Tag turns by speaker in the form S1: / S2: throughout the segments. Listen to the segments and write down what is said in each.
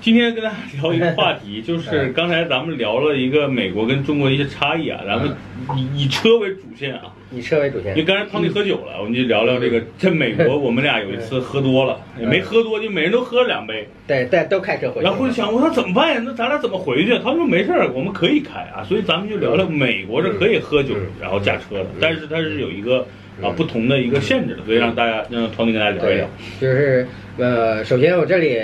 S1: 今天跟大家聊一个话题，就是刚才咱们聊了一个美国跟中国的一些差异啊，咱们以以车为主线啊，
S2: 以车为主
S1: 因为
S2: 线，
S1: 刚才胖弟喝酒了，我们就聊聊这个。在美国，我们俩有一次喝多了，也没喝多，就每人都喝了两杯。
S2: 对对，都开车回去。
S1: 然后我就想，我说怎么办呀？那咱俩怎么回去？他说没事儿，我们可以开啊。所以咱们就聊聊美国是可以喝酒然后驾车的，但是它是有一个啊不同的一个限制的，所以让大家让胖弟跟大家聊一
S2: 对
S1: 聊。，
S2: 就是呃，首先我这里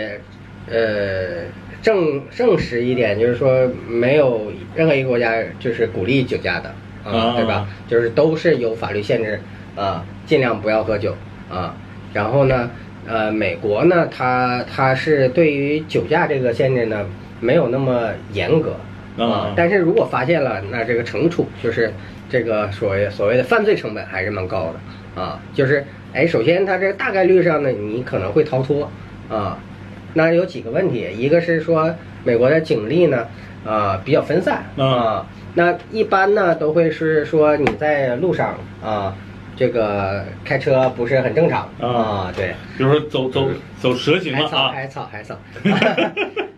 S2: 呃证证实一点，就是说没有任何一个国家就是鼓励酒驾的啊
S1: 啊，
S2: 对吧？就是都是有法律限制啊，尽量不要喝酒啊。然后呢，呃，美国呢，它它是对于酒驾这个限制呢没有那么严格
S1: 啊
S2: 啊，但是如果发现了，那这个惩处就是这个所谓所谓的犯罪成本还是蛮高的啊。就是哎，首先它这个大概率上呢，你可能会逃脱啊。那有几个问题，一个是说美国的警力呢，啊比较分散啊。那一般呢都会是说你在路上啊，这个开车不是很正常
S1: 啊
S2: 啊，对。
S1: 比如说走走走蛇形
S2: 海
S1: 了
S2: 草，
S1: 啊，
S2: 海草，海草。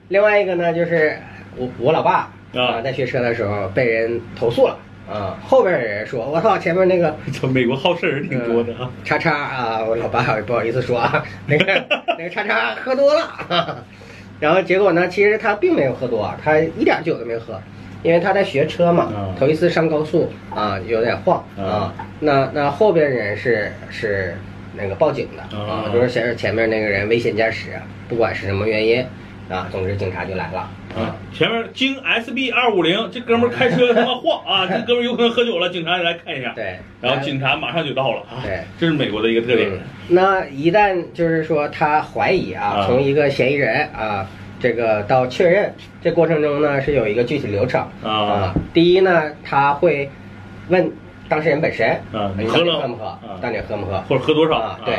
S2: 另外一个呢，就是我我老爸
S1: 啊
S2: 在学车的时候被人投诉了啊，后边有人说，我操，前面那个
S1: 操，美国好事儿人挺多的啊。
S2: 呃叉叉啊，我老爸也不好意思说 啊，那个那个叉叉喝多了， 然后结果呢，其实他并没有喝多，啊他一点酒都没喝，因为他在学车嘛
S1: 啊，
S2: 头一次上高速啊，有点晃
S1: 啊
S2: 啊。那那后边人是是那个报警的
S1: 啊
S2: 啊，就是显示前面那个人危险驾驶，不管是什么原因啊，总之警察就来了
S1: 啊，前面京 SB 二五零，这哥们儿开车他妈 晃啊，这哥们儿有可能喝酒了，警察也来看一下。
S2: 对，
S1: 然后警察马上就到了啊，
S2: 对
S1: 这是美国的一个特点。
S2: 嗯那一旦就是说他怀疑
S1: 啊
S2: 啊，从一个嫌疑人啊，这个到确认这过程中呢，是有一个具体流程
S1: 啊
S2: 第一呢，他会问当事人本身哎
S1: 啊你
S2: 你
S1: 喝
S2: 到底
S1: 了吗
S2: 喝不喝
S1: 啊？
S2: 到底喝不喝？
S1: 或者喝多少？
S2: 啊，对，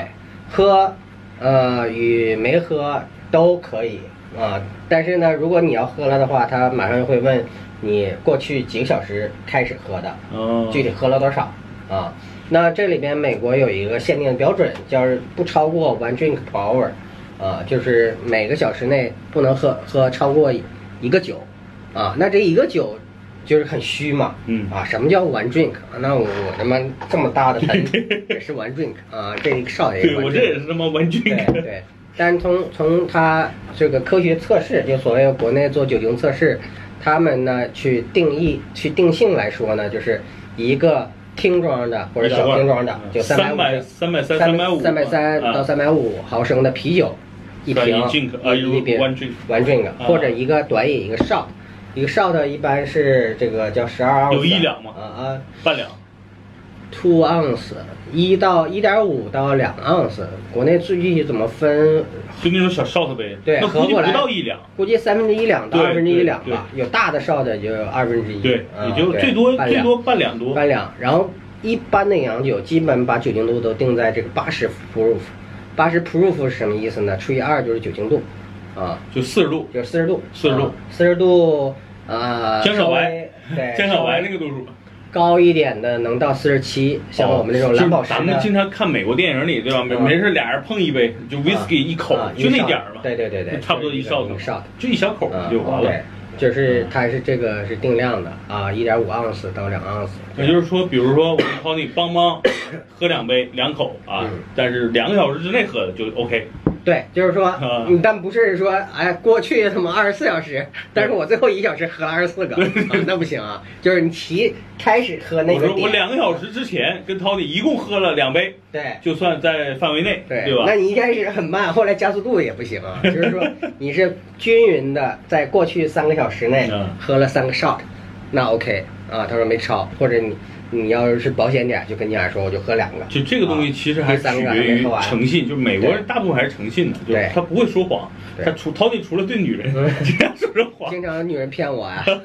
S2: 喝，呃，与没喝都可以啊。但是呢，如果你要喝了的话，他马上就会问你过去几个小时开始喝的，
S1: 哦，
S2: 具体喝了多少啊？那这里边美国有一个限定的标准，叫不超过 one drink per hour，啊，就是每个小时内不能喝喝超过一个酒，啊，那这一个酒就是很虚嘛，
S1: 嗯
S2: 啊，什么叫 one drink？啊那我我他妈这么 大的盆也是 one drink 啊，这一少爷
S1: 对
S2: one
S1: 我这
S2: drink
S1: 也是他妈玩具。
S2: 对对，但从从他这个科学测试，就所谓国内做酒精测试，他们呢去定义、去定性来说呢，就是一个听装的或者
S1: 一小
S2: 小
S1: 罐
S2: 听装的，就
S1: 三
S2: 百
S1: 百
S2: 五、
S1: 嗯三百三、
S2: 三
S1: 百五、
S2: 三百三
S1: 啊
S2: 到三百五毫升的啤酒一
S1: 算
S2: 瓶
S1: 一 drink，啊一
S2: 一瓶
S1: one drink
S2: one drink，
S1: 啊
S2: 或者一个短饮一个 shot，一个 shot 一般是这个叫十二盎司，
S1: 有一两吗
S2: 啊啊。
S1: 半两。
S2: two ounce，一到一点五到两盎司，国内具体怎么分
S1: 就那种小 shot 杯，
S2: 对
S1: 那估
S2: 合
S1: 计
S2: 过来
S1: 不到一两，
S2: 估计三分之一两到
S1: 对
S2: 二分之一两
S1: 对
S2: 吧，有大的少的就有二分之一，
S1: 对，
S2: 啊
S1: 也就最多
S2: 半
S1: 最
S2: 两
S1: 多半两多，
S2: 半两。然后一般的洋酒基本把酒精度都定在这个八十 proof，八十 proof 是什么意思呢？除以二就是酒精度，啊，
S1: 就四十度。
S2: 就是四十度，啊
S1: 40度，
S2: 四十度，呃，
S1: 江小白
S2: 稍微 对，
S1: 江小白
S2: 稍
S1: 那
S2: 微
S1: 个度数，
S2: 高一点的能到四十七，像我们这种蓝宝
S1: 就
S2: 石
S1: 是咱们
S2: 的。
S1: 经常看美国电影里，对吧？没
S2: 啊
S1: 没事，俩人碰一杯，就 whisky 一口
S2: 啊，
S1: 就那
S2: shot，
S1: 点儿嘛，
S2: 对对对对，
S1: 差不多一
S2: 少
S1: shot 嘛
S2: 少。
S1: 就一小口
S2: 啊，
S1: 就完了嗯
S2: 对。，就是它是这个是定量的啊，一点五盎司到两盎司。
S1: 也就是说，比如说我跟 Tony 帮帮喝两杯两口啊
S2: 嗯，
S1: 但是两个小时之内喝的就 OK。
S2: 对，就是说
S1: 啊，
S2: 你但不是说，哎，过去他妈二十四小时，但是我最后一小时喝了二十 四个，啊那不行啊！就是你提开始喝那
S1: 我
S2: 个
S1: 说
S2: 点，
S1: 我两个小时之前跟 Tony 一共喝了两杯，
S2: 对
S1: 就算在范围内，
S2: 哎对
S1: 对吧
S2: 那？你一开始很慢，后来加速度也不行啊， 就是说你是均匀的，在过去三个小时内
S1: 嗯
S2: 喝了三个 shot，那 OK 啊，他说没超，或者你你要是保险点，就跟你俩说，我就喝两个。
S1: 就这个东西其实还取
S2: 啊第三个
S1: 决于
S2: 没喝完
S1: 诚信，就美国人大部分还是诚信的，就是
S2: 对
S1: 他不会说谎，
S2: 对
S1: 他除 Tony 除了对女人
S2: 嗯，
S1: 经常说人谎，
S2: 经常女人骗我啊 呀、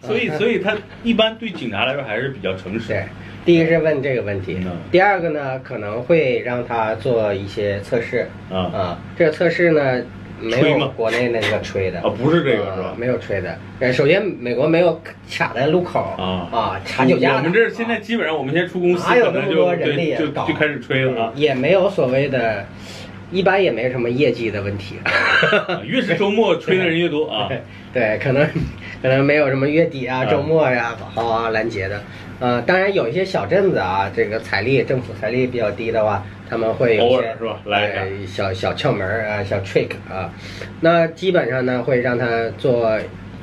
S1: 所以所以他一般对警察来说还是比较诚实
S2: 嗯对，第一个是问这个问题
S1: 嗯，
S2: 第二个呢可能会让他做一些测试
S1: 啊
S2: 啊。这个测试呢没
S1: 吹吗
S2: 有国内那个吹的
S1: 啊，不是这个
S2: 啊
S1: 是吧？
S2: 没有吹的。呃首先，美国没有卡在路口
S1: 啊
S2: 查酒驾的。啊
S1: 我们这现在基本上我们现在出公司
S2: 哪有
S1: 可能
S2: 那么
S1: 就
S2: 多人力
S1: 对
S2: 也
S1: 就
S2: 搞
S1: 就开始吹了
S2: 啊
S1: 啊，
S2: 也没有所谓的一般也没什么业绩的问 题。
S1: 啊越是周末吹的人越多啊。
S2: 嗯
S1: 嗯
S2: 对，可能 可能没有什么月底啊、周末呀、好啊、拦截的。呃，当然有一些小镇子啊，这个财力政府财力比较低的话，他们会有一些
S1: 偶尔是吧来一下
S2: 呃小小窍门儿啊、小 trick 啊，那基本上呢会让他做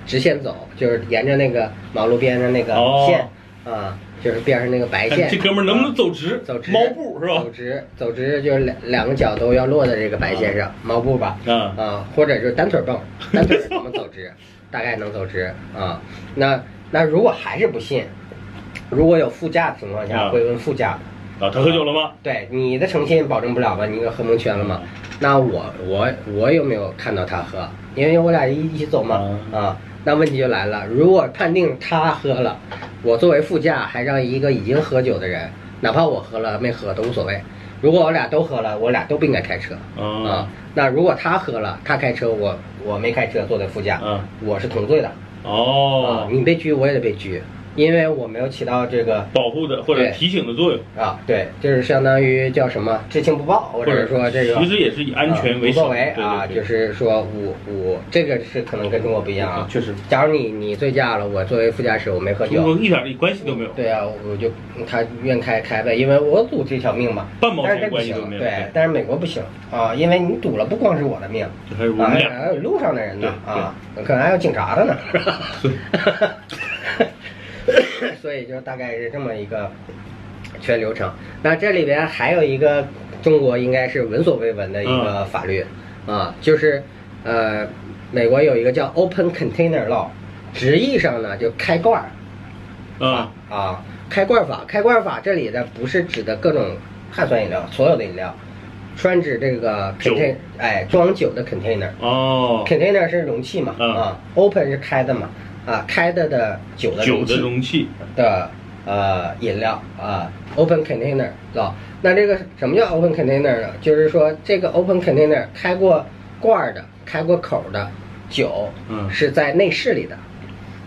S2: 直线走，就是沿着那个马路边的那个
S1: 哦
S2: 线啊，就是边上那个白线。
S1: 哎这哥们儿能不能走直？
S2: 走直
S1: 猫步是吧
S2: 走？直，走直就是两两个脚都要落在这个白线上，猫步吧，
S1: 嗯
S2: 啊，或者就是单腿 蹦，单腿怎么走直，大概能走直啊。那那如果还是不信，如果有副驾的情况下，
S1: 啊
S2: 会问副驾的，
S1: 啊，他喝酒了吗？
S2: 对你的诚信保证不了吧？你喝蒙圈了吗？那我我我有没有看到他喝？因为我俩一一起走嘛啊。那问题就来了，如果判定他喝了，我作为副驾还让一个已经喝酒的人，哪怕我喝了没喝都无所谓。如果我俩都喝了，我俩都不应该开车啊
S1: 啊，。
S2: 那如果他喝了，他开车，我我没开车，坐在副驾，
S1: 嗯
S2: 我是同罪的啊。
S1: 哦，
S2: 你被拘，我也得被拘，因为我没有起到这个
S1: 保护的或者
S2: 对
S1: 提醒的作用，
S2: 啊，对，就是相当于叫什么知情不报，或
S1: 或
S2: 者说这个
S1: 其实也是以安全为
S2: 呃不作
S1: 首，
S2: 为
S1: 对
S2: 啊，
S1: 对
S2: 就
S1: 对
S2: 是说我我这个是可能跟中国不一样啊。
S1: 确实，
S2: 假如你你醉驾了，我作为副驾驶我没喝
S1: 嗯中
S2: 酒，
S1: 国一点儿关系都没有，
S2: 对啊，我就他愿开开呗，因为我赌这条命嘛。
S1: 半毛
S2: 但是
S1: 钱
S2: 这不
S1: 关系都
S2: 行，
S1: 没有。
S2: 对，，但是美国不行啊，因为你赌了不光是我的命，
S1: 还是我
S2: 啊
S1: 们，俩
S2: 还有路上的人呢
S1: 嗯对
S2: 啊，可能还有警 察的呢。所以就大概是这么一个全流程。那这里边还有一个中国应该是闻所未闻的一个法律、啊，就是呃，美国有一个叫 Open Container Law，直译上呢就开罐儿
S1: 啊，
S2: 啊，开罐儿法。开罐儿法这里的不是指的各种碳酸饮料，所有的饮料，专指这个
S1: 酒
S2: contain 哎装酒的 container。
S1: 哦，
S2: container 是容器嘛，
S1: 嗯
S2: 啊，open 是开的嘛，啊，开的的酒的
S1: 酒
S2: 容
S1: 的
S2: 器
S1: 容器，
S2: 的呃饮料啊，open container 啊，那这个什么叫 open container 呢？就是说这个 open container 开过罐儿的、开过口儿的酒，
S1: 嗯
S2: 是在内室里的，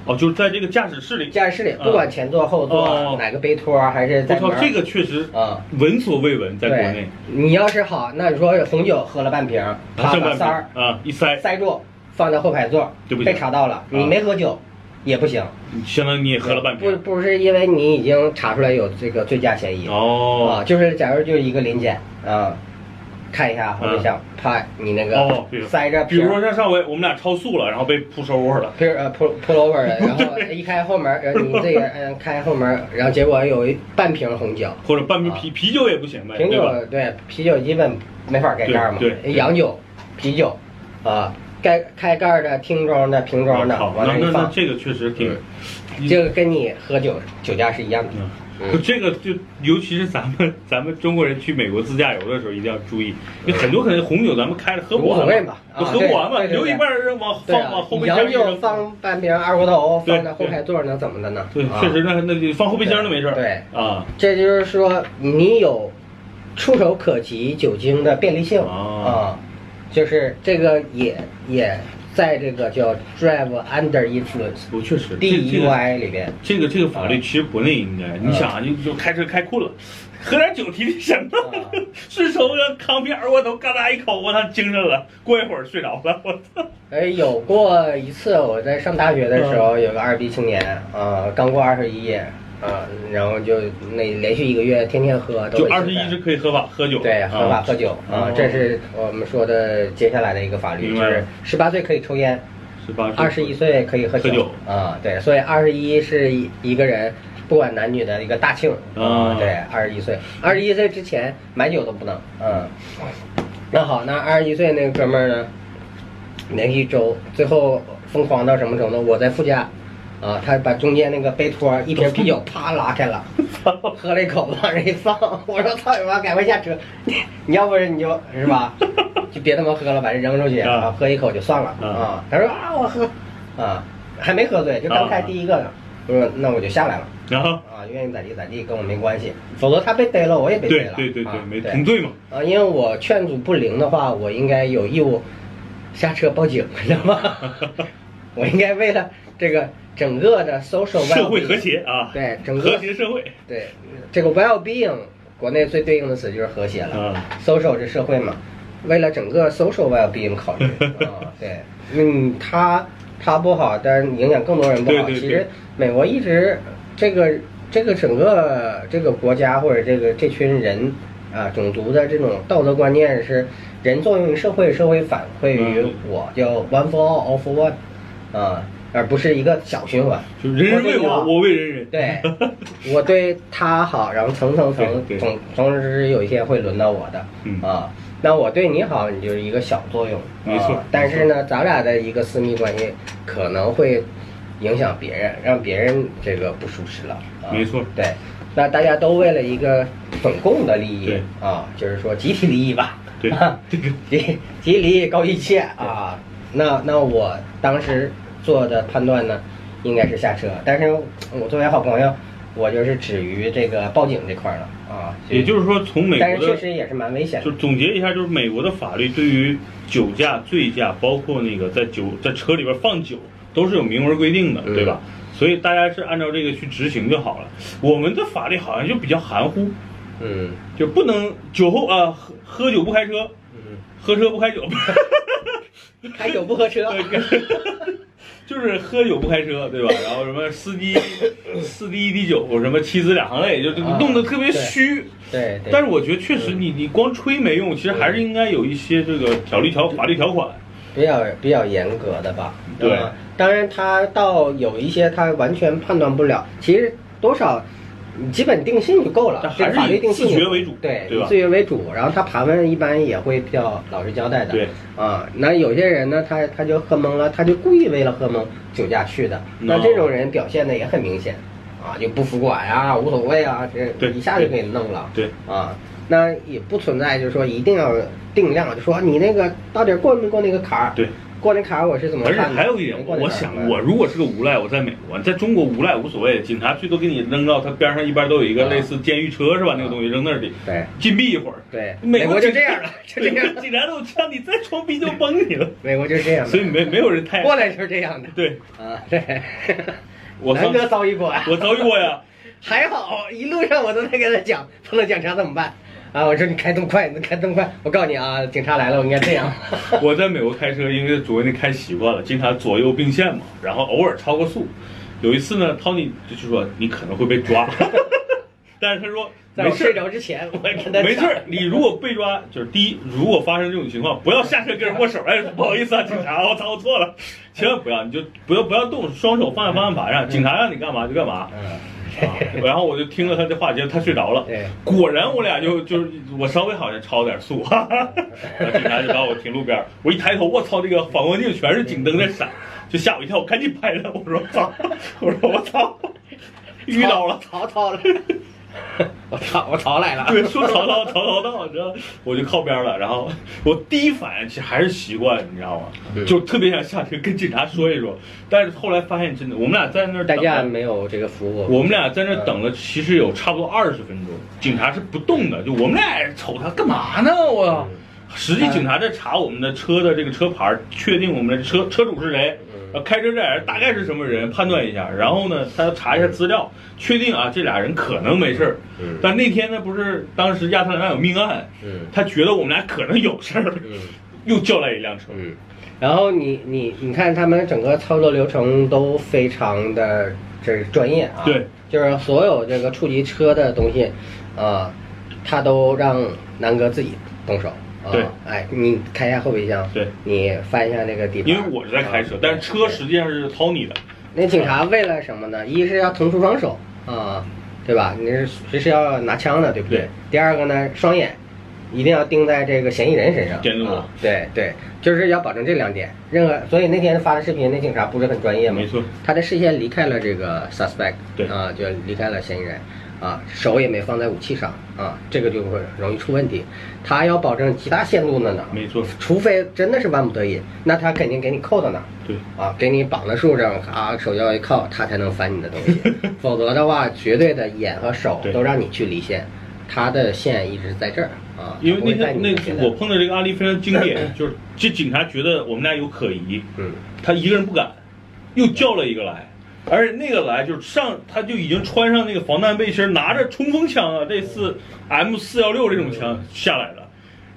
S1: 哦，就是在这个驾驶室里，
S2: 驾驶室里，
S1: 嗯
S2: 不管前座、后座、
S1: 哦
S2: 哪个杯托儿还是
S1: 我
S2: 在
S1: 操
S2: 门，儿
S1: 这个确实
S2: 啊。
S1: 闻所未闻，在国内
S2: 对，，你要是好，那你说红酒喝了半瓶儿，
S1: 啊
S2: 啪
S1: 正
S2: 把
S1: 半
S2: 塞儿
S1: 瓶啊一塞，
S2: 塞住，放在后排座
S1: 就不，行
S2: 被查到了。你没喝酒，也不行。
S1: 相当于你也喝了半
S2: 不
S1: 瓶。
S2: 不是因为你已经查出来有这个醉驾嫌疑啊，
S1: 哦
S2: 就是假如就是一个临检啊，看一下后备箱，啪，你那
S1: 啊哦，比
S2: 个
S1: 如
S2: 塞着
S1: 比
S2: 瓶
S1: 如说
S2: 儿
S1: 像上回我们俩超速了，然后被扑收窝了，
S2: 瓶儿呃 pull pull over 的，然 后一开后门儿，然后你这个嗯开后门儿，然后结果有一半瓶红酒，
S1: 或者半瓶
S2: 啊
S1: 啤啤酒也不行呗，
S2: 啤
S1: 对吧？
S2: 酒对啤酒基本没法盖盖儿嘛，
S1: 对对
S2: 洋酒、啤酒啊，盖开盖儿的、听装的、瓶装的，
S1: 啊好，
S2: 往
S1: 那
S2: 一
S1: 那那
S2: 放，
S1: 这个确实挺，
S2: 这个跟你喝酒酒驾是一样的。
S1: 嗯
S2: 嗯
S1: 这个就尤其是咱们 咱们中国人去美国自驾游的时候一定要注意，因为很多可能红酒咱们开了喝不
S2: 无所谓
S1: 完
S2: 嘛啊
S1: 就喝不完嘛，
S2: 对对对
S1: 留一半儿往
S2: 对
S1: 放
S2: 啊
S1: 往后，备箱
S2: 洋
S1: 一
S2: 酒
S1: 扔。
S2: 放半瓶二锅头
S1: 对
S2: 放在后排座能怎么的呢？
S1: 对，
S2: 啊
S1: 确实，那那就放后备箱都没事儿。
S2: 对
S1: 啊，
S2: 这就是说你有触手可及酒精的便利性
S1: 哦
S2: 啊，就是这个也也在这个叫 drive under influence
S1: 我确实这这个
S2: DUI 里边。
S1: 这个这个法律
S2: 啊
S1: 其实国内应该，你想啊，你就开车开困了，喝点酒提提神吧
S2: 啊，
S1: 顺手就扛瓶二锅头，嘎嗒一口，我操，精神了。过一会儿睡着了，我操。
S2: 哎，有过一次，我在上大学的时候，有个二逼青年，啊、刚过二十一，啊、然后就那连续一个月天天喝，都
S1: 就
S2: 会
S1: 二十
S2: 醒
S1: 一
S2: 来
S1: 是可以合法喝酒，
S2: 对，合法
S1: 啊
S2: 喝酒啊、
S1: 哦
S2: 这是我们说的接下来的一个法律，
S1: 明
S2: 就
S1: 白了
S2: 是十八岁可以抽烟，
S1: 十八
S2: 二十一岁可以喝酒
S1: 喝酒
S2: 啊、对，所以二十一是一个人不管男女的一个大庆啊、
S1: 啊
S2: 对，二十一岁，二十一岁之前买酒都不能，嗯，那好，那二十一岁那个哥们儿呢，连续一周，最后疯狂到什么程度？我在副驾。啊，他把中间那个杯托儿一瓶啤酒啪拉开了，喝了一口往这一放，我说操你妈，赶快下车！ 你你要不然你就 是吧，就别他妈喝了，把这扔出去
S1: 啊
S2: 啊，喝一口就算了
S1: 啊
S2: 啊。他说啊，我喝啊，还没喝醉，就
S1: 啊
S2: 刚开第一个呢。我说那我就下来了
S1: 然后
S2: 啊，愿意咋地咋地，跟我没关系。否则他被逮了，我也被逮
S1: 对
S2: 了。
S1: 对对对
S2: 啊，
S1: 没同罪嘛，
S2: 啊，因为我劝阻不灵的话，我应该有义务下车报警，知道吗？ 我应该为了这个整个的 social
S1: 社会
S2: well-being
S1: 和谐啊，
S2: 对整
S1: 和
S2: 个
S1: 谐社会
S2: 对这个 well being，国内最对应的词就是和谐了。
S1: 啊，
S2: social 是社会嘛，为了整个 social well-being 考虑啊，对，嗯，他他不好，但影响更多人不好。
S1: 对对对
S2: 其实美国一直这个这个整个这个国家或者这个这群人啊，种族的这种道德观念是人作用于社会，社会反馈于
S1: 嗯
S2: 我，叫 one for all, all for one 啊，而不是一个小循环。
S1: 就是人人为我，我为人人。
S2: 对，我对他好，然后层层层，
S1: 对对
S2: 总总之有一天会轮到我的、
S1: 嗯
S2: 啊。那我对你好，你就是一个小作用，
S1: 没错
S2: 啊。但是呢，咱俩的一个私密关系可能会影响别人，让别人这个不舒适了。啊、
S1: 没错
S2: 对。那大家都为了一个总共的利益
S1: 对
S2: 啊，就是说集体利益吧。
S1: 对
S2: 啊
S1: 这个
S2: 集集体利益高于一切啊。那那我当时做的判断呢，应该是下车。但是我作为好朋友，我就是止于这个报警这块儿了啊。
S1: 也就是说，从美
S2: 但是
S1: 国
S2: 确
S1: 的
S2: 实也是蛮危险
S1: 就
S2: 的。
S1: 总结一下，就是美国的法律对于酒驾、醉驾，包括那个在酒在车里边放酒，都是有明文规定的，
S2: 嗯
S1: 对吧？所以大家是按照这个去执行就好了。我们的法律好像就比较含糊，
S2: 嗯
S1: 就不能酒后啊、喝喝酒不开车，
S2: 嗯，
S1: 喝车不开酒，
S2: 开酒不喝车。
S1: 就是喝酒不开车，对吧？ 然后什么司机司机一滴酒，什么妻子两行泪，就这个
S2: 啊
S1: 弄得特别
S2: 对
S1: 虚。
S2: 对对。
S1: 但是我觉得确实你，你光吹没用，其实还是应该有一些这个条例条法律条款。
S2: 比较比较严格的吧。
S1: 对
S2: 嗯当然他到有一些他完全判断不了，其实多少。你基本定性就够了
S1: 但，还
S2: 这
S1: 是
S2: 法律
S1: 以
S2: 定性
S1: 自觉
S2: 就
S1: 为主
S2: 对，
S1: 对吧
S2: 以自觉为主。然后他盘问一般也会比较老实交代的，
S1: 对
S2: 啊。那有些人呢，他他就喝懵了，他就故意为了喝懵酒驾去的。那
S1: 哦
S2: 这种人表现的也很明显，啊，就不服管啊，无所谓啊，这
S1: 对
S2: 一下就给你弄了。
S1: 对
S2: 啊，那也不存在就是说一定要定量，就说你那个到底过没过那个坎儿？
S1: 对，
S2: 过那坎儿我是怎么
S1: 而
S2: 看
S1: 且
S2: 的？
S1: 还有一
S2: 没
S1: 点，
S2: 过那
S1: 我
S2: 坎儿
S1: 想
S2: 嗯
S1: 我如果是个无赖，我在美国，在中国无赖无所谓，警察最多给你扔到他边上，一般都有一个
S2: 啊
S1: 类似监狱车是吧？那个东西扔那里，
S2: 对
S1: 禁闭一会儿。
S2: 对，
S1: 美
S2: 啊美
S1: 国
S2: 国
S1: 警
S2: 就 这样了，就这样
S1: 美国，警察都有枪，你再装逼就崩你了。
S2: 美国就是这样的，
S1: 所以没没有人太
S2: 过来就是这样的
S1: 对
S2: 啊，对，
S1: 我
S2: 南
S1: 遭
S2: 哥遭遇过啊，
S1: 我遭遇过呀，
S2: 还好一路上我都在跟他讲，碰到警察怎么办啊？我说你开这么快，你开这么快，我告诉你啊，警察来了，我应该 这样。
S1: 我在美国开车，因为在国内开习惯了，经常左右并线嘛，然后偶尔超个速。有一次呢，Tony 就是说你可能会被抓， 但是他说
S2: 在
S1: 没
S2: 我
S1: 事
S2: 睡
S1: 儿。
S2: 着之前，我跟他
S1: 没事
S2: 讲
S1: 儿，你如果被抓，就是第一，如果发生这种情况，不要下车跟人握手，哎，不好意思啊，警察，我操，我错了，千万不要，你就不要不要动，双手放在方向盘上，警察让你干嘛就干嘛。
S2: 嗯，
S1: 啊然后我就听了他的话，结果他睡着了。
S2: 对。
S1: 果然，我俩就就是我稍微好像超点速，哈哈。然后警察就把我停路边儿，我一抬头，我操，这个反光镜全是警灯在闪，就吓我一跳。我赶紧拍他，我说操，我说我操，遇到了。
S2: 曹操了，我操，我曹来了。
S1: 对，说曹操，曹操到，你知道，我就靠边儿了。然后我第一反应其实还是习惯，你知道吗
S2: 嗯？
S1: 就特别想下去跟警察说一说，但是后来发现真的，我们俩在那儿
S2: 代
S1: 等
S2: 驾
S1: 了，
S2: 没有这个服务，
S1: 我们俩在那儿等了，其实有差不多二十分钟，警察是不动的，就我们俩也瞅他干嘛呢？我
S2: 嗯
S1: 实际警察在查我们的车的这个车牌儿，确定我们的车车主是谁，呃，
S2: 嗯
S1: 开车这俩人大概是什么人，判断一下，然后呢，他查一下资料，确定啊这俩人可能没事儿。
S2: 嗯
S1: 但那天呢，不是当时亚特兰大有命案，
S2: 嗯
S1: 他觉得我们俩可能有事儿，
S2: 嗯
S1: 又叫来一辆车。
S2: 嗯，然后你你你看他们整个操作流程都非常的这专业啊，
S1: 对，
S2: 就是所有这个触及车的东西，啊，他都让南哥自己动手。啊
S1: 对，
S2: 哎，你开一下后备箱，
S1: 对，
S2: 你翻一下那个底盘，
S1: 因为我是在开车
S2: 啊，
S1: 但是车
S2: 对
S1: 实际上是 Tony 的。
S2: 那警察为了什么呢？一是要腾出双手啊、对吧？你是随时要拿枪的，对不对？
S1: 对
S2: 第二个呢，双眼一定要盯在这个嫌疑人身上，
S1: 监督
S2: 啊对对，就是要保证这两点。任何，所以那天发的视频，那警察不是很专业吗？
S1: 没错，
S2: 他的视线离开了这个 suspect，
S1: 对
S2: 啊、就离开了嫌疑人。啊，手也没放在武器上啊，这个就会容易出问题。他要保证极大限度的呢，
S1: 没错，
S2: 除非真的是万不得已，那他肯定给你扣到那儿。
S1: 对，
S2: 啊，给你绑在树上，啊，手要一靠，他才能翻你的东西， 否则的话，绝对的眼和手
S1: 对
S2: 都让你去离线，他的线一直在这儿啊，
S1: 因为
S2: 他不会
S1: 那
S2: 带
S1: 天
S2: 你
S1: 那
S2: 离线的
S1: 我碰到这个案例非常经典，就是这警察觉得我们俩有可疑，
S2: 嗯
S1: 他一个人不敢，又叫了一个来，而且那个来就是上他就已经穿上那个防弹背心，拿着冲锋枪啊，这次 M 四幺六这种枪下来了，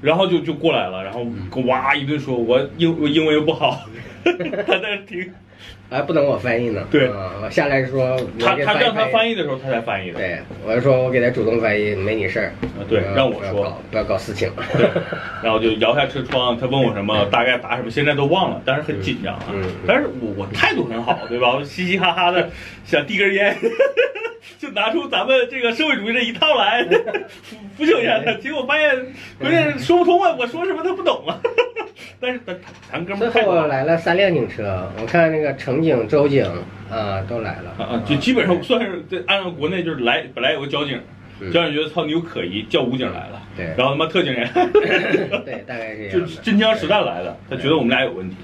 S1: 然后就就过来了，然后哇一顿说，我英我英文又不好， 他在听，
S2: 哎，不能我翻译呢。
S1: 对
S2: 啊我下来说，
S1: 他
S2: 我给
S1: 他让他
S2: 翻
S1: 翻
S2: 译。
S1: 译的时候他才翻译的，啊
S2: 对，我就说我给他主动翻译，没你事儿。
S1: 对
S2: 呃
S1: 让我
S2: 不要
S1: 说
S2: 搞不要搞事情。
S1: 然后就摇下车窗，他问我什么，大概答什么，现在都忘了，但是很紧张啊
S2: 嗯嗯嗯。
S1: 但是我我态度很好，对吧？我嘻嘻哈哈的想递根烟， 就拿出咱们这个社会主义这一套来 辅辅救一下他。
S2: 嗯
S1: 结果发现关键说不通啊，我说什么他不懂啊。 但是咱咱哥们
S2: 最
S1: 儿态度
S2: 后
S1: 好
S2: 来了三辆警车，我看那个乘警、周警啊都来了。
S1: 啊啊，就基本上算是这按照国内就是来本来有个交警，
S2: 嗯
S1: 交警觉得操你有可疑，叫武警来了，
S2: 对
S1: 然后他妈特警也
S2: 对，大概是这
S1: 就
S2: 样的。
S1: 真枪实弹来的，他觉得我们俩有问题。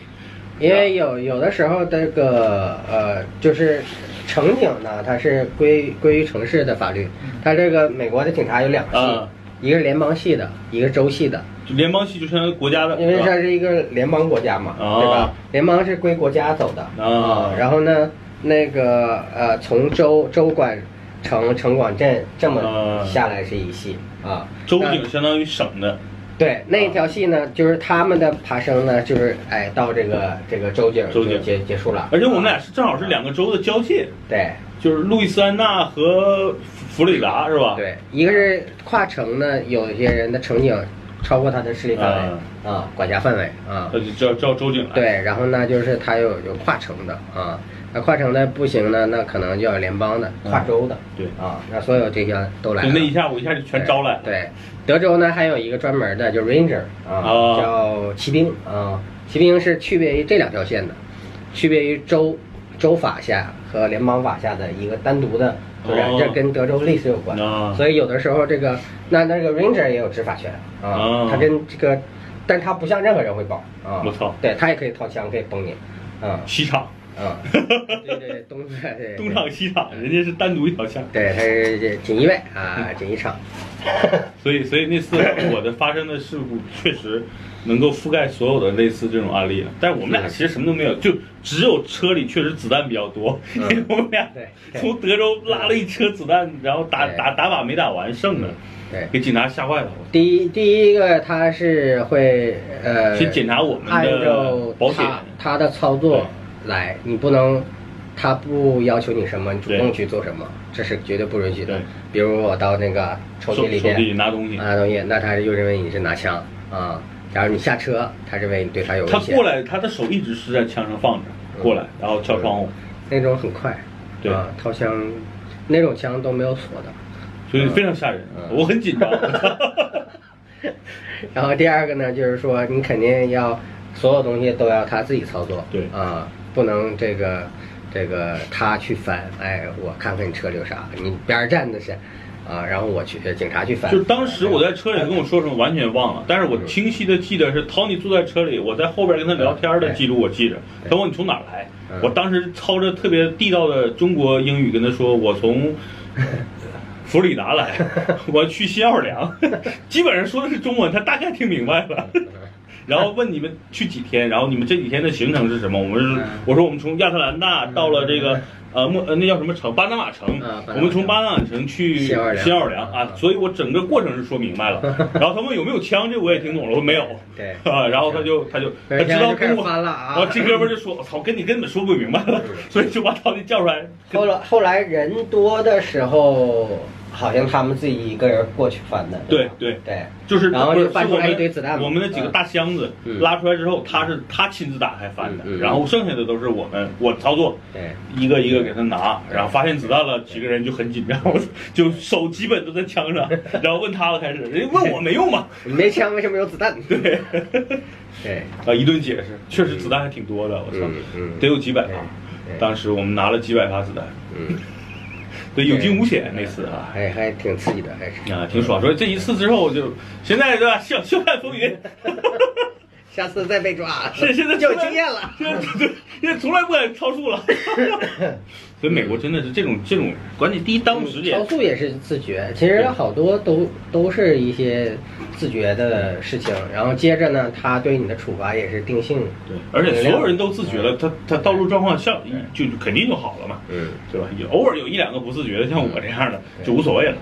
S2: 因为有有的时候这个呃，就是乘警呢，它是归归于城市的法律，它这个美国的警察有两个系，
S1: 嗯啊
S2: 一个是联邦系的，一个是州系的，
S1: 就联邦系就相当于国家的，
S2: 因为
S1: 是吧
S2: 它是一个联邦国家嘛，
S1: 哦
S2: 对吧？联邦是归国家走的
S1: 哦
S2: 然后呢，那个呃，从州州管城城管镇这么
S1: 哦
S2: 下来是一系啊，
S1: 州
S2: 那
S1: 警相当于省的，啊
S2: 对，那一条戏呢，就是他们的爬升呢，就是哎，到这个这个州景
S1: 州景
S2: 就结结束了。
S1: 而且我们俩是正好是两个州的交界，
S2: 对
S1: 就是路易斯安那和佛罗里达是吧？，
S2: 对，一个是跨城呢，有一些人的乘警超过他的势力范围啊，管辖范围啊
S1: 那。就叫叫呃州警来。，
S2: 对，然后呢，就是他有有跨城的啊，那跨城的不行呢，那可能就要联邦的、
S1: 嗯
S2: 跨州的。
S1: 对
S2: 啊，那所有这些都来
S1: 就
S2: 了。
S1: 那一下我一下就全招来了。
S2: 对，德州呢还有一个专门的，就 Ranger 啊，
S1: 哦
S2: 叫骑兵啊。骑兵是区别于这两条线的，区别于州州法下和联邦法下的一个单独的，就是、
S1: 哦
S2: 这跟德州类似有关。
S1: 啊
S2: 所以有的时候这个那那个 Ranger 也有执法权啊，
S1: 哦
S2: 他跟这个，但他不向任何人汇报啊。
S1: 我操
S2: 对他也可以掏枪，可以崩你，啊
S1: 西厂，
S2: 啊，对对对，东对对
S1: 东厂西厂，人家是单独一条线，
S2: 对，他是这锦衣卫 啊，锦衣厂。
S1: 所以所以那 次我的发生的事故确实能够覆盖所有的类似这种案例了。但是我们俩
S2: 嗯
S1: 其实什么都没有，就只有车里确实子弹比较多，因
S2: 嗯
S1: 为我们俩
S2: 对对
S1: 从德州拉了一车子弹，然后打
S2: 对嗯
S1: 打打靶没打完剩的，
S2: 对，
S1: 给警察吓坏了。我
S2: 第一第一个他是会呃，
S1: 去检查我们
S2: 按
S1: 的
S2: 照
S1: 保险。
S2: 他他的操作来，你不能他不要求你什么，你主
S1: 对
S2: 动去做什么，这是绝对不允许的
S1: 对。
S2: 比如我到那个抽屉
S1: 手
S2: 里
S1: 手
S2: 边
S1: 里嗯拿东西，
S2: 拿东西，那他就认为你是拿枪啊。假如你下车，他认为你对他有
S1: 他
S2: 危险
S1: 过，来，他的手一直是在枪上放着，过来，然后敲窗户，
S2: 那种很快，
S1: 对
S2: 啊，掏枪，那种枪都没有锁的。
S1: 所以非常吓人，
S2: 嗯
S1: 我很紧 张。
S2: 然后第二个呢，就是说你肯定要所有东西都要他自己操作，
S1: 对
S2: 啊、不能这个这个他去翻，哎，我看看你车里有啥，你边儿站的是，啊，然后我去警察去翻，
S1: 就是当时我在车里跟我说什么完全忘了，但是我清晰的记得是 Tony 坐在车里，我在后边跟他聊天的
S2: 对
S1: 记录我记着。
S2: 对
S1: 他问你从哪儿来
S2: 嗯，
S1: 我当时操着特别地道的中国英语跟他说，我 从佛罗里达来，我去新奥尔良， 基本上说的是中文，他大概听明白
S2: 哎
S1: 了。然后问你们去几天，然后你们这几天的行程是什么？我们是
S2: 嗯
S1: 我说我们从亚特兰大到了这个呃莫呃那叫什么城巴拿马城
S2: 啊巴拿马，城
S1: 我们从巴拿马城去
S2: 新奥尔良
S1: 新奥尔良啊
S2: 嗯，
S1: 所以我整个过程是说明白 了。然后他问有没有枪，这我也听懂了，我说没有。
S2: 对，
S1: 啊，然后他
S2: 嗯
S1: 就他 就他
S2: 人
S1: 知
S2: 家
S1: 道
S2: 就开
S1: 跟
S2: 始
S1: 我，
S2: 翻了
S1: 然后
S2: 啊。嗯
S1: 这哥们儿就说：“ 我操，跟你根本说不明白了。”所以就把曹迪叫出来。
S2: 后来后来人多的时候，好像他们自己一个人过去翻的，
S1: 对
S2: 吧
S1: 对
S2: 对，
S1: 就是
S2: 嗯然后
S1: 不
S2: 就是翻出来
S1: 是我们
S2: 一堆子弹嘛
S1: 我们的几个大箱子
S2: 嗯
S1: 拉出来之后，他是他亲自打开翻的
S2: 嗯嗯，嗯
S1: 然后剩下的都是我们我操作，
S2: 对
S1: 一个一个给他拿，然后发现子弹了，几个人就很紧张， 就手基本都在枪 上，然后问他了，开始人家问我没用啊嘛，
S2: 你没枪为什么有子弹？对，对，
S1: 啊一顿解释，确实子弹还挺多的，我操
S2: 嗯，嗯哎
S1: 得有几百发，
S2: 对
S1: 当时我们拿了几百发子弹，
S2: 嗯，
S1: 对，有惊无险那次啊。
S2: 还哎还挺刺激的，还是。
S1: 啊，挺爽！说这一次之后就，现在对吧？笑笑看风 云，
S2: 下次再被抓，
S1: 是现在
S2: 就有经验了。
S1: 现在对，现在从来不敢超速 了。所以美国真的是这种这种，管你第一耽误时间
S2: 超，速也是自觉，其实好多都都是一些自觉的事情。然后接着呢，他对你的处罚也是定性。
S1: 对，而且所有人都自觉了，他他道路状况像就就肯定就好了嘛。
S2: 嗯，
S1: 对吧？有偶尔有一两个不自觉的，像我这样的就无所谓了。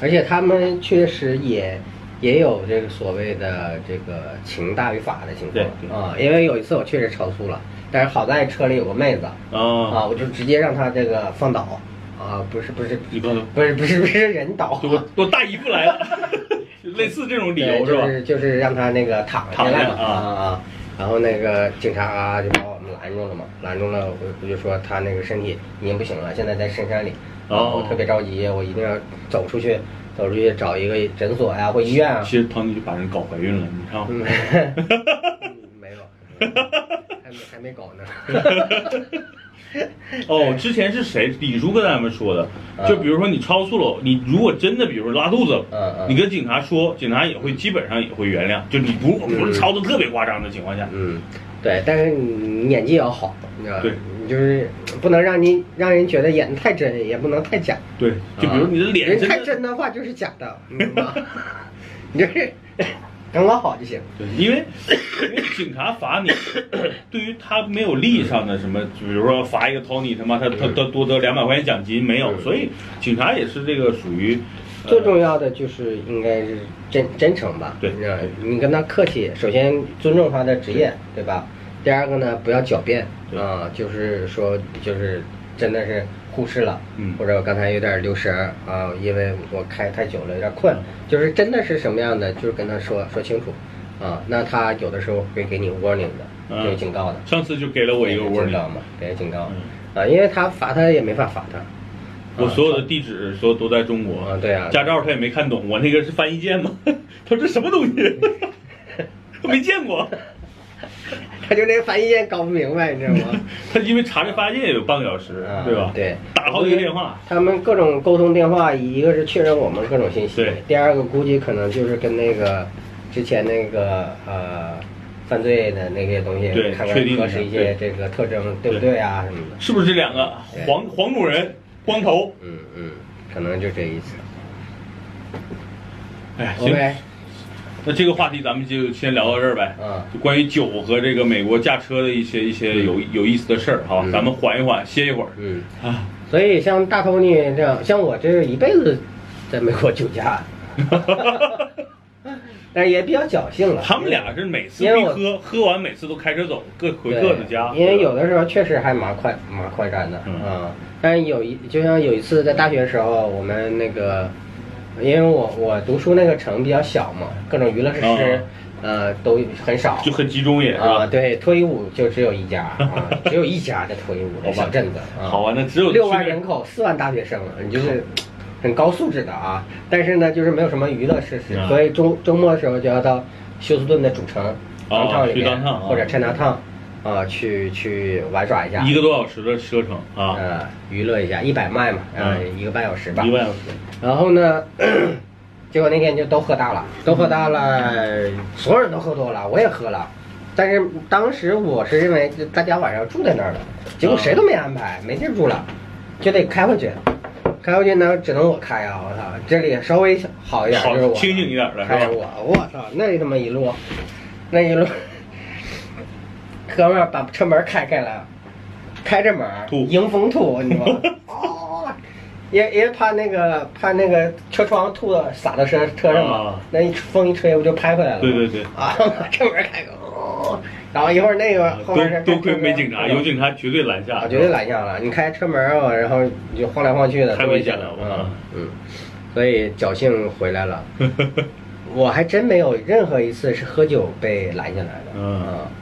S2: 而且他们确实也也有这个所谓的这个情大于法的情
S1: 对对
S2: 况啊。因为有一次我确实超速了，但是好在车里有个妹子
S1: 啊，
S2: 啊，我就直接让她这个放倒啊，不是不是
S1: 你看看，
S2: 不是不是不是人倒
S1: 就，我我大姨夫来了，类似这种理由
S2: 对
S1: 是吧
S2: 就？是就是让她那个躺下来嘛
S1: 躺下啊
S2: 啊。然后那个警察啊就把我们拦住了嘛，拦住了，我我就说她那个身体已经不行了，现在在深山里，啊
S1: 哦
S2: 我特别着急，我一定要走出去，走出去找一个诊所呀、或医院啊，
S1: 其实唐尼就把人搞怀孕了，你知道吗？
S2: 嗯，没有，还没还没搞呢。
S1: 哦，之前是谁？李叔跟咱们说的，就比如说你超速了，你如果真的比如说拉肚子
S2: 嗯
S1: 了，
S2: 嗯
S1: 你跟警察说，警察也会基本上也会原谅，就你不不是超的特别夸张的情况下，
S2: 嗯，对，但是你演技要好，你知道吧
S1: 对
S2: 你就是不能让你让人觉得演的太真，也不能太假。
S1: 对，就比如你的脸
S2: 人
S1: 真
S2: 太
S1: 的，
S2: 真的话就是假的，你懂吗？你就是刚刚好就行。
S1: 对，因为因为警察罚你， 对于他没有利益上的什么，比如说罚一个 Tony 他妈他他他多得两百块钱奖金没有，所以警察也是这个属于，呃
S2: 最重要的就是应该是真真诚吧，
S1: 对
S2: 你知道你跟他客气，首先尊重他的职业，对吧？第二个呢，不要狡辩
S1: 对
S2: 啊、就是说就是真的是忽视了，
S1: 嗯
S2: 或者我刚才有点留神儿啊、因为我开太久了，有点困，
S1: 嗯
S2: 就是真的是什么样的，就是跟他说说清楚啊、那他有的时候会给你 warning 的，
S1: 嗯
S2: 有警告的，
S1: 上次就给了我一个
S2: 警
S1: warning
S2: 告。嘛，给他警告
S1: 嗯
S2: 啊、因为他罚他也没法罚他，
S1: 我
S2: 啊
S1: 所有的地址所有都在中国
S2: 啊对啊
S1: 驾照他也没看懂，我那个是翻译件吗？ 他说这什么东西， 他没见过。
S2: 他就那个翻译件搞不明白，你知道吗？
S1: 他因为查这发现也有半个小时，
S2: 啊
S1: 对吧？
S2: 对，
S1: 打好几个电话。
S2: 他们各种沟通电话，一个是确认我们各种信息
S1: 对，
S2: 第二个估计可能就是跟那个呃之前那个呃犯罪的那些东西
S1: 对，
S2: 看
S1: 确定
S2: 看
S1: 一下
S2: 核实一些这个特征对不对啊什么的。
S1: 是不是这两个
S2: 对
S1: 黄黄种人光头？
S2: 嗯嗯，可能就这意思。
S1: 哎，行
S2: OK，
S1: 那这个话题咱们就先聊到这儿呗。
S2: 嗯
S1: 就关于酒和这个美国驾车的一些一些有有意思的事儿，好吧？
S2: 嗯
S1: 咱们缓一缓，歇一会儿
S2: 嗯，
S1: 啊。
S2: 所以像大头你这样，像我这是一辈子在美国酒驾，但是也比较侥幸了。
S1: 他们俩是每次
S2: 因为
S1: 必
S2: 我
S1: 喝，喝完每次都开车走，各回各的家。
S2: 对因为有的时候确实还蛮快蛮快战的，
S1: 嗯
S2: 啊，但是有一就像有一次在大学的时候，我们那个，因为我我读书那个城比较小嘛，各种娱乐设施，呃，都很少。
S1: 啊就很集中也是吧？
S2: 啊，对，脱衣舞就只有一家，啊，只有一家的脱衣舞，
S1: 好吧
S2: 小镇子，啊、
S1: 好啊，那只有
S2: 六
S1: 去那
S2: 万人口，四万大学生，你就是很高素质的啊。但是呢，就是没有什么娱乐设施
S1: 嗯，
S2: 所以周周末的时候就要到休斯顿的主城
S1: 哦
S2: 当趟里
S1: 去
S2: 面
S1: downtown，啊
S2: 或者 China Town 啊去去玩耍一下，
S1: 一个多小时的车程啊，
S2: 呃娱乐一下，一百迈嘛，呃一个半小时吧
S1: 一。万小时。
S2: 然后呢， 结果那天就都喝大了，都喝大了，所有人都喝多了，我也喝了。但是当时我是认为就大家晚上住在那儿了，结果谁都没安排，没地儿住了，就得开回去。开回去呢，只能我开啊！我操，这里稍微好一点
S1: 好
S2: 就是我
S1: 清醒一点的是吧
S2: 开着我，我操，那他妈一路，那一路， 哥们儿把车门开开了，开着门儿
S1: 吐
S2: 迎风吐，你知道吗？ 哦也也怕那个怕那个车窗吐到洒到车车上嘛
S1: 啊，
S2: 那一风一吹不就拍回来了吗？
S1: 对对对
S2: 啊， 把车门开开，哦然后一会儿那
S1: 啊
S2: 个后面是
S1: 多多亏没警察，有
S2: 警
S1: 警察绝对拦下。
S2: 察绝对 拦下了。你开车门啊，然后你就晃来晃去的，
S1: 太
S2: 多
S1: 危险了啊我操
S2: 嗯嗯，所以侥幸回来了。我还真没有任何一次是喝酒被拦下来的。
S1: 嗯
S2: 啊